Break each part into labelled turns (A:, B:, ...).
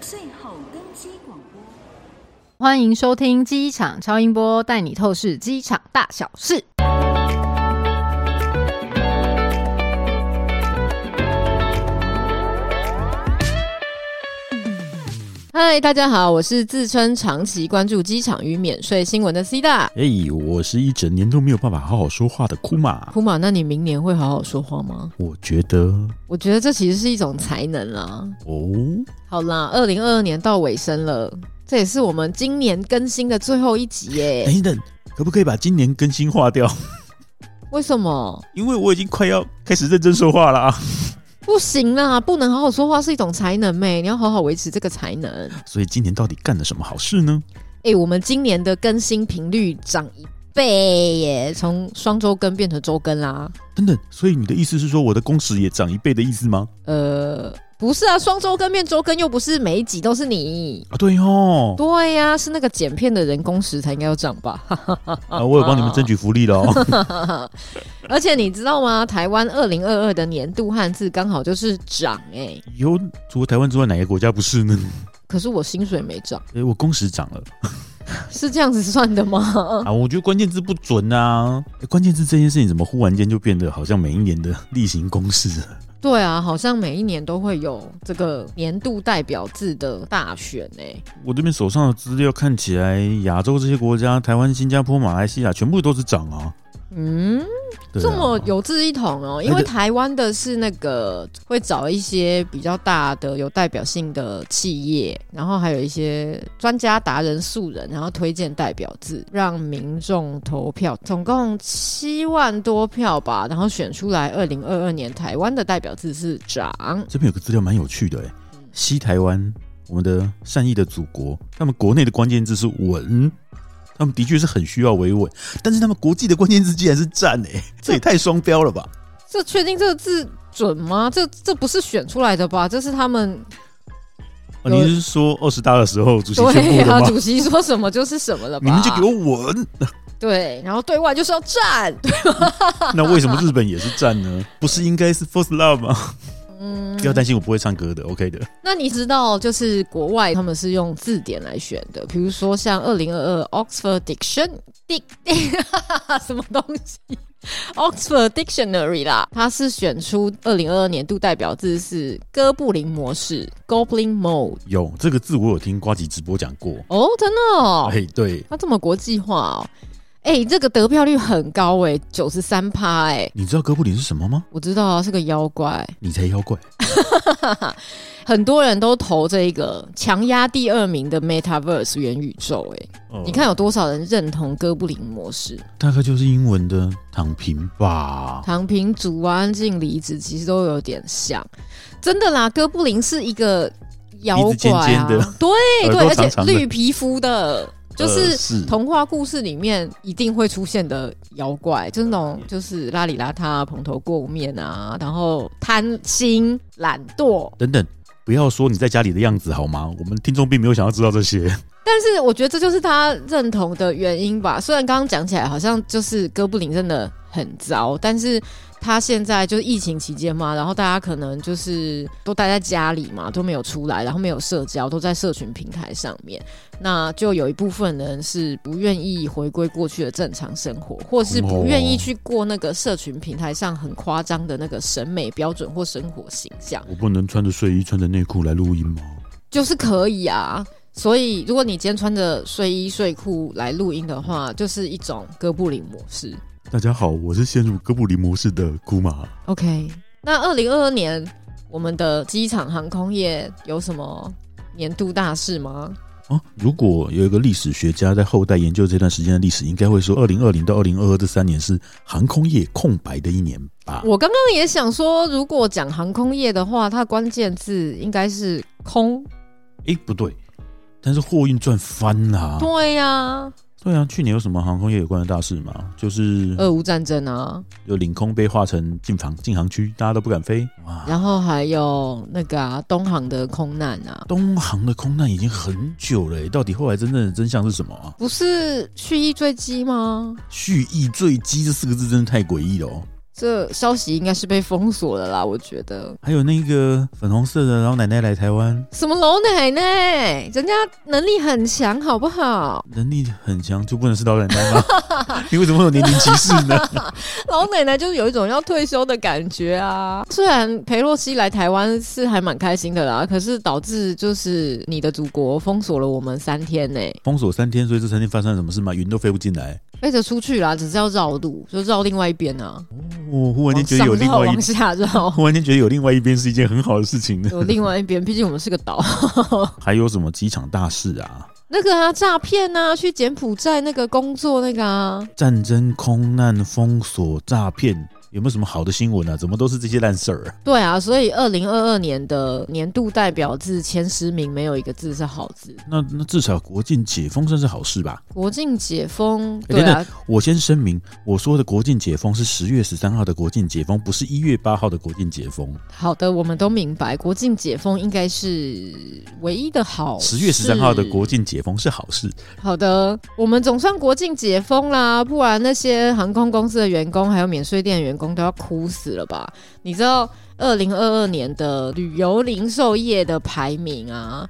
A: 最后更新广播。
B: 欢迎收听机场超音波，带你透视机场大小事。
C: 嗨，大家好，我是自称长期关注机场与免税新闻的 C 大。
D: 哎、我是一整年都没有办法好好说话的库玛。
C: 库玛，那你明年会好好说话吗？
D: 我觉得，
C: 我觉得这其实是一种才能啦。
D: 哦，
C: 好啦，二零二二年到尾声了，这也是我们今年更新的最后一集耶。
D: 等一等，哎可不可以把今年更新划掉？
C: 为什么
D: 因为我已经快要开始认真说话了啊，
C: 不行啦？不能好好说话是一种才能妹，你要好好维持这个才能。
D: 所以今年到底干了什么好事呢？
C: 哎、我们今年的更新频率涨一倍耶，从双周更变成周更啦。
D: 等等，所以你的意思是说我的工时也涨一倍的意思吗？
C: 呃，不是啊，双周更变周更，又不是每一集都是你。
D: 啊，对哦，
C: 对呀、是那个剪片的人工时才应该要涨吧？
D: 啊，我有帮你们争取福利了 哦。
C: 而且你知道吗？台湾二零二二的年度汉字刚好就是涨哎、
D: 有除了台湾之外，哪个国家不是呢？
C: 可是我薪水没涨，
D: 哎、我工时涨了
C: 是这样子算的吗？
D: 啊，我觉得关键字不准啊。哎关键字这件事情怎么忽然间就变得好像每一年的例行公事了？
C: 对啊，好像每一年都会有这个年度代表字的大选哎、
D: 我这边手上的资料看起来，亚洲这些国家，台湾、新加坡、马来西亚全部都是涨啊。
C: 嗯，
D: 对啊
C: 这么有志一同哦，因为
D: 哎对
C: 台湾的是那个会找一些比较大的、有代表性的企业，然后还有一些专家、达人、素人，然后推荐代表字让民众投票，总共七万多票吧，然后选出来二零二二年台湾的代表字是长。
D: 这边有个资料蛮有趣的、欸，
C: 嗯
D: 西台湾，我们的善意的祖国，他们国内的关键字是稳。他们的确是很需要维稳，但是他们国际的关键字竟然是战哎、这也太双标了吧！
C: 这确定这个字准吗？这这不是选出来的吧？这是他们
D: 啊、你是说二十大的时候主席宣
C: 对
D: 布
C: 啊，
D: 的吗？
C: 主席说什么就是什么了吧？
D: 你们就给我稳！
C: 对，然后对外就是要战。
D: 那为什么日本也是战呢？不是应该是 first love 吗？
C: 嗯
D: 不要担心，我不会唱歌的，OK 的。
C: 那你知道，就是国外他们是用字典来选的，比如说像二零二二 Oxford Diction Dic 什么东西 Oxford Dictionary 啦，它是选出二零二二年度代表字是哥布林模式 Goblin Mode。
D: 有这个字，我有听瓜吉直播讲过。
C: 哦，真的哦，
D: 哎，对，
C: 它这么国际化哦。哎、这个得票率很高哎、九十三趴哎，
D: 你知道哥布林是什么吗？
C: 我知道啊，是个妖怪，
D: 你才妖怪！
C: 很多人都投这个强压第二名的 Metaverse 元宇宙哎、
D: 哦
C: 你看有多少人认同哥布林模式？
D: 大概就是英文的躺平吧。
C: 躺平族啊、安静离子其实都有点像，真的啦。哥布林是一个妖
D: 鼻
C: 怪啊，
D: 子尖尖的
C: 对对，
D: 耳朵
C: 而
D: 长
C: 且
D: 长的
C: 绿皮肤的，就
D: 呃
C: 是
D: 是
C: 童话故事里面一定会出现的妖怪，就是那
D: 嗯
C: 种就是邋里邋遢、蓬头垢面啊，然后贪心、懒惰，
D: 等等，不要说你在家里的样子好吗？我们听众并没有想要知道这 些。
C: 但是我觉得这就是他认同的原因吧。虽然刚刚讲起来好像就是哥布林真的很糟，但是他现在就是疫情期间嘛，然后大家可能就是都待在家里嘛，都没有出来，然后没有社交，都在社群平台上面。那就有一部分人是不愿意回归过去的正常生活，或是不愿意去过那个社群平台上很夸张的那个审美标准或生活形象。
D: 我不能穿着睡衣、穿着内裤来录音吗？
C: 就是可以啊。所以，如果你今天穿着睡衣睡裤来录音的话，就是一种哥布林模式。
D: 大家好，我是陷入哥布林模式的姑玛。
C: OK，那二零二二年我们的机场航空业有什么年度大事吗？
D: 哦，如果有一个历史学家在后代研究这段时间的历史，应该会说，二零二零到二零二二这三年是航空业空白的一年吧？
C: 我刚刚也想说，如果讲航空业的话，它关键字应该是空。
D: 诶，不对，但是货运赚翻啊啦、
C: 对呀、
D: 对啊，去年有什么航空业有关的大事吗？就是
C: 俄乌战争啊，
D: 有领空被划成禁航禁航区，大家都不敢飞。哇，
C: 然后还有那个啊，东航的空难啊，
D: 东航的空难已经很久了耶，欸到底后来真正的真相是什么啊？
C: E 不是蓄意坠机吗？
D: 蓄意坠机这四个字真的太诡异了哦。
C: 这消息应该是被封锁了啦，我觉得。
D: 还有那个粉红色的，然后奶奶来台湾，
C: 什么老奶奶，人家能力很强，好不好？
D: 能力很强，就不能是老奶 奶吗？你为什么会有年龄歧视呢？
C: 老奶奶就是有一种要退休的感觉啊。虽然裴洛西来台湾是还蛮开心的啦，可是导致就是你的祖国封锁了我们三天呢、
D: 封锁三天，所以这三天发生了什么事吗？云都飞不进来。
C: 飞着哎出去啦，只是要绕路，就绕另外一边啊。
D: 我、忽
C: 往
D: 然间觉得
C: 上
D: 有另
C: 绕，
D: 外一啊
C: 往，下绕，
D: 忽然间觉得有另外一边是一件很好的事情呢。
C: 有另外一边，毕竟我们是个岛。
D: 还有什么机场大事啊？
C: 那个啊，诈骗啊，去柬埔寨那个工作那个啊，
D: 战争、空难、封锁、诈骗，有没有什么好的新闻啊？怎么都是这些烂事儿啊、
C: 对啊，所以二零二二年的年度代表字前十名没有一个字是好字。
D: 那那至少国境解封算是好事吧？
C: 国境解封，
D: 哎
C: 对啊，
D: 我先声明，我说的国境解封是十月十三号的国境解封，不是一月八号的国境解封。
C: 好的，我们都明白，国境解封应该是唯一的好事。
D: 十月十三号的国境解封是好事，
C: 好的，我们总算国境解封啦，不然那些航空公司的员工还有免税店的员工都要哭死了吧？你知道二零二二年的旅游零售业的排名啊，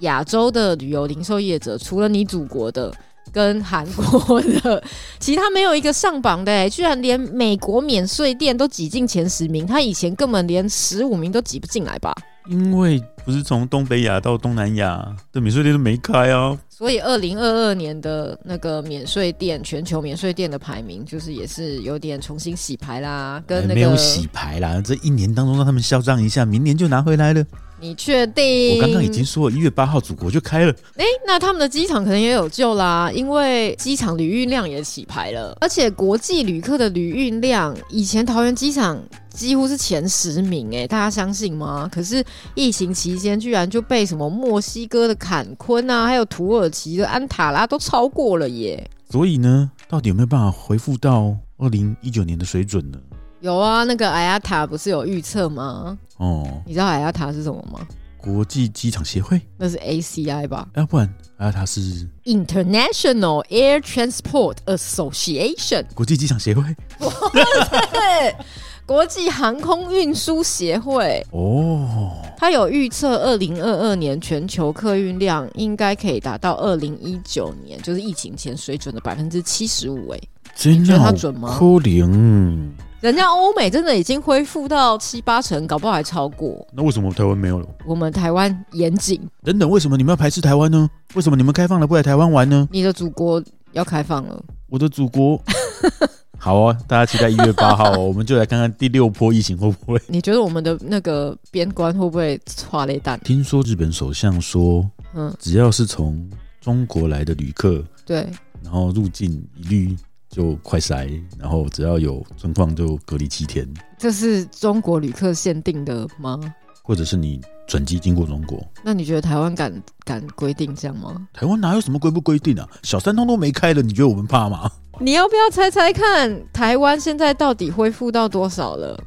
C: 亚洲的旅游零售业者，除了你祖国的。跟韩国的，其他没有一个上榜的、欸，居然连美国免税店都挤进前十名，他以前根本连十五名都挤不进来吧？
D: 因为不是从东北亚到东南亚的免税店都没开啊。
C: 所以，二零二二年的那个免税店全球免税店的排名，就是也是有点重新洗牌啦，跟
D: 哎
C: 那
D: 没
C: 个
D: 有洗牌啦，这一年当中让他们嚣张一下，明年就拿回来了。
C: 你确定？
D: 我刚刚已经说了，一月八号祖国就开了。
C: 哎、那他们的机场可能也有救啦，因为机场旅运量也起牌了，而且国际旅客的旅运量，以前桃园机场几乎是前十名、诶，大家相信吗？可是疫情期间居然就被什么墨西哥的坎昆啊，还有土耳其的安塔拉都超过了耶。
D: 所以呢，到底有没有办法回复到二零一九年的水准呢？
C: 有啊，那个 IATA 不是有预测吗？
D: 哦，
C: 你知道 IATA 是什么吗？
D: 国际机场协会，
C: 那是 ACI 吧
D: 要、不然啊，它是
C: ，International Air Transport Association，
D: 国际机场协会
C: 国际航空运输协会。
D: 哦。
C: 它有预测，二零二二年全球客运量应该可以达到二零一九年，就是疫情前水准的百分之七十五。哎，
D: 真
C: 觉得它
D: 要
C: 准吗
D: 扣零，
C: 人家欧美真的已经恢复到七八成，搞不好还超过。
D: 那为什么台湾没有了？
C: 我们台湾严谨，
D: 等等，为什么你们要排斥台湾呢？为什么你们开放了不来台湾玩呢？
C: 你的祖国要开放了。
D: 我的 祖国。好哦，大家期待一月八号哦，我们就来看看第六波疫情会不会。
C: 你觉得我们的那个边关会不会抓雷弹？
D: 听说日本首相说，
C: 嗯，
D: 只要是从中国来的旅客，
C: 对，
D: 然后入境一律就快筛，然后只要有状况就隔离七天，
C: 这是中国旅客限定的吗？
D: 或者是你转机经过中国。
C: 那你觉得台湾敢敢规定这样吗？
D: 台湾哪有什么规不规定啊？小三通都没开了，你觉得我们怕吗？
C: 你要不要猜猜看，台湾现在到底恢复到多少了？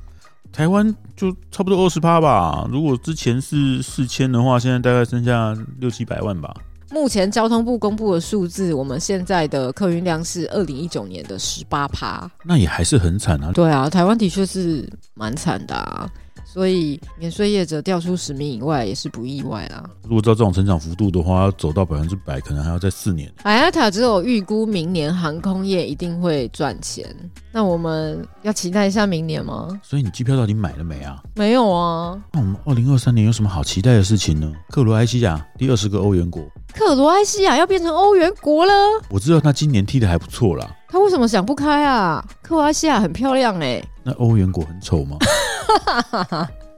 D: 台湾就差不多二十趴吧。如果之前是四千的话，现在大概剩下六七百万吧。
C: 目前交通部公布的数字，我们现在的客运量是二零一九年的十八趴。
D: 那也还是很惨啊。
C: 对啊，台湾的确是蛮惨的啊，所以免税业者掉出十名以外也是不意外啊啦。
D: 如果照这种成长幅度的话，要走到百分之百，可能还要再四年。
C: 海亚塔只有预估明年航空业一定会赚钱，那我们要期待一下明年吗？
D: 所以你机票到底买了没啊？
C: 没有啊，
D: 那我们二零二三年有什么好期待的事情呢？克罗埃西亚第二十个欧元国，
C: 克罗埃西亚要变成欧元国了，
D: 我知道他今年踢的还不错啦。
C: 他为什么想不开啊？克罗埃西亚很漂亮哎、
D: 那欧元国很丑吗？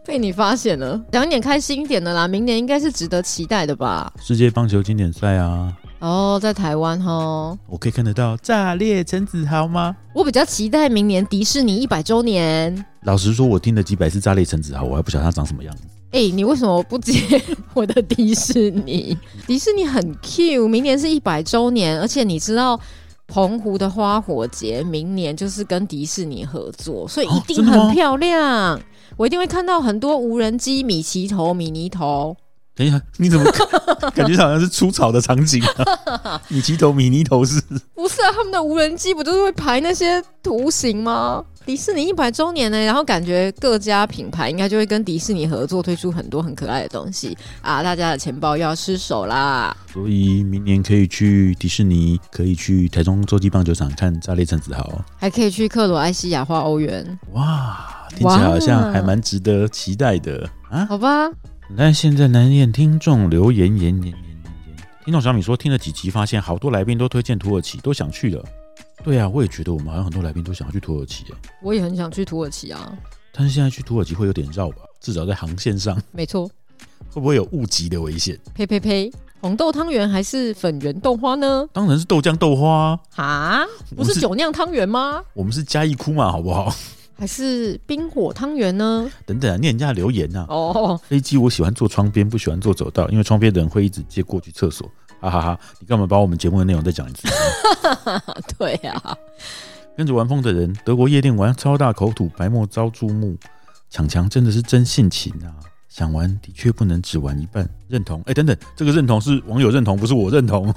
C: 被你发现了，讲一点开心一点的啦，明年应该是值得期待的吧？
D: 世界棒球经典赛啊，
C: 哦，在台湾哦，
D: 我可以看得到炸裂陈子豪吗？
C: 我比较期待明年迪士尼一百周年。
D: 老实说，我听了几百次炸裂陈子豪，我还不晓得他长什么样子。
C: 哎、你为什么不接 我的迪士尼？迪士尼很 Q，明年是一百周年，而且你知道澎湖的花火节明年就是跟迪士尼合作，所以一
D: 哦
C: 定
D: 真的吗
C: 很漂亮。我一定会看到很多无人机、米奇头、米妮头。
D: 等一下，你怎么 感觉好像是出草的场景啊？ 米奇头、米妮头是
C: 不是啊，他们的无人机不就是会排那些图形吗？迪士尼一百周年呢、然后感觉各家品牌应该就会跟迪士尼合作，推出很多很可爱的东西啊，大家的钱包又要失手啦。
D: 所以明年可以去迪士尼，可以去台中洲际棒球场看炸裂陈子豪。
C: 还可以去克罗埃西亚花欧元，
D: 哇，听起来好像还蛮值得期待的啊！
C: 好吧？
D: 那现在来念听众留言，言言言言言。听众小米说，听了几集，发现好多来宾都推荐土耳其，都想去了。对啊，我也觉得我们好像很多来宾都想要去土耳其耶，
C: 我也很想去土耳其啊，
D: 但是现在去土耳其会有点绕吧？至少在航线上
C: 没错。
D: 会不会有误及的危险？
C: 呸呸呸！红豆汤圆还是粉圆豆花呢？
D: 当然是豆浆豆花啊，
C: 啊，不
D: 我们
C: 是
D: 是
C: 酒酿汤圆吗？
D: 我们是加一哭嘛，好不好？
C: 还是冰火汤圆呢？
D: 等等啊，念人家的留言啊。
C: 哦，
D: 飞机我喜欢坐窗边，不喜欢坐走道，因为窗边的人会一直接过去厕所。哈哈哈！你干嘛把我们节目的内容再讲一次？
C: 对啊，
D: 跟着玩疯的人，德国夜店玩超大口吐，白沫遭注目。强强真的是真性情啊！想玩的确不能只玩一半，认同。哎、等等，这个认同是网友认同，不是我认同。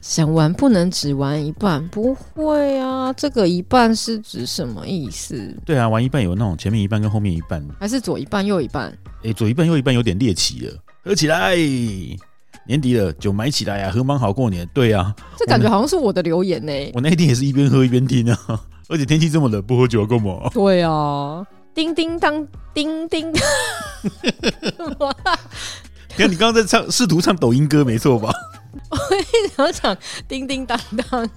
C: 想玩不能只玩一半，不会啊，这个一半是指什么意思？
D: 对啊，玩一半有那种前面一半跟后面一半，
C: 还是左一半右一半？
D: 哎、左一半右一半有点猎奇了，合起来。年底了，酒买起来呀、啊，喝蛮好过年。对啊，
C: 这感觉好像是我的留言呢、
D: 我那一天也是一边喝一边听啊， 而且天气这么冷，不喝酒干嘛？
C: 对啊，叮叮当，叮叮，
D: 看你刚刚在唱，试图唱抖音歌，没错吧？
C: 想想叮叮当当，然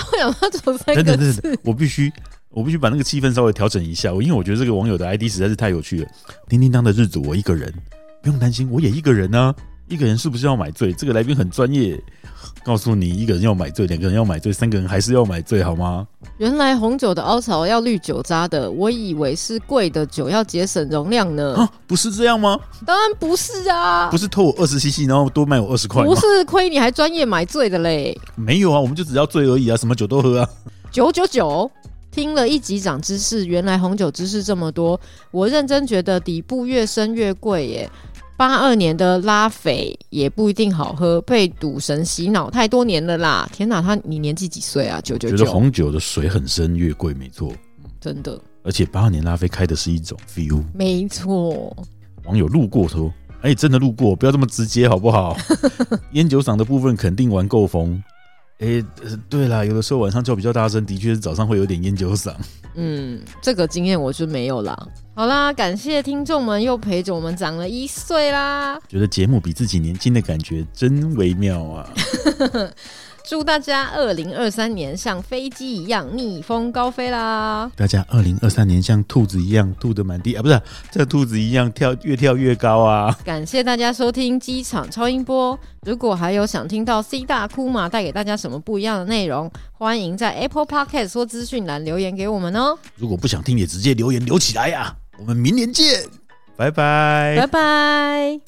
C: 后我想他总三个
D: 等等等
C: 字，
D: 等，我必须，我必须把那个气氛稍微调整一下，因为我觉得这个网友的 ID 实在是太有趣了。叮叮当的日子，我一个人，不用担心，我也一个人啊。一个人是不是要买醉？这个来宾很专业，告诉你，一个人要买醉，两个人要买醉，三个人还是要买醉，好吗？
C: 原来红酒的凹槽要滤酒渣的，我以为是贵的酒要节省容量呢。
D: 啊，不是这样吗？
C: 当然不是啊，
D: 不
C: 是
D: 是偷我二十 CC，然后多卖我二十块吗？
C: 亏你还专业买醉的嘞。
D: 没有啊，我们就只要醉而已啊，什么酒都喝啊。
C: 九九九，听了一集长知识，原来红酒知识这么多，我认真觉得底部越深越贵耶。八二年的拉菲也不一定好喝，被赌神洗脑太多年了啦！天哪，他你年纪几岁啊？九九
D: 觉得
C: 九，
D: 红酒的水很深，越贵，没错。
C: 真的
D: 而且八二年拉菲开的是一种 feel。
C: 没错。
D: 网友路过说：“哎、真的路过，不要这么直接好不 好？烟酒嗓的部分肯定玩够疯。哎、呃对啦，有的时候晚上叫比较大声，的确是早上会有点烟酒嗓。
C: 嗯，这个经验我是没有啦。好啦，感谢听众们又陪着我们长了一岁啦！
D: 觉得节目比自己年轻的感觉真微妙啊！
C: 祝大家二零二三年像飞机一样逆风高飞啦！
D: 大家二零二三年像兔子一样吐得满地啊，不是这兔子一样跳，越跳越高啊！
C: 感谢大家收听机场超音波。如果还有想听到 C 大哭嘛带给大家什么不一样的内容，欢迎在 Apple Podcast 或资讯栏留言给我们哦。
D: 如果不想听，也啊哎直接留言留起来呀、我们明年见，拜拜
C: 拜拜。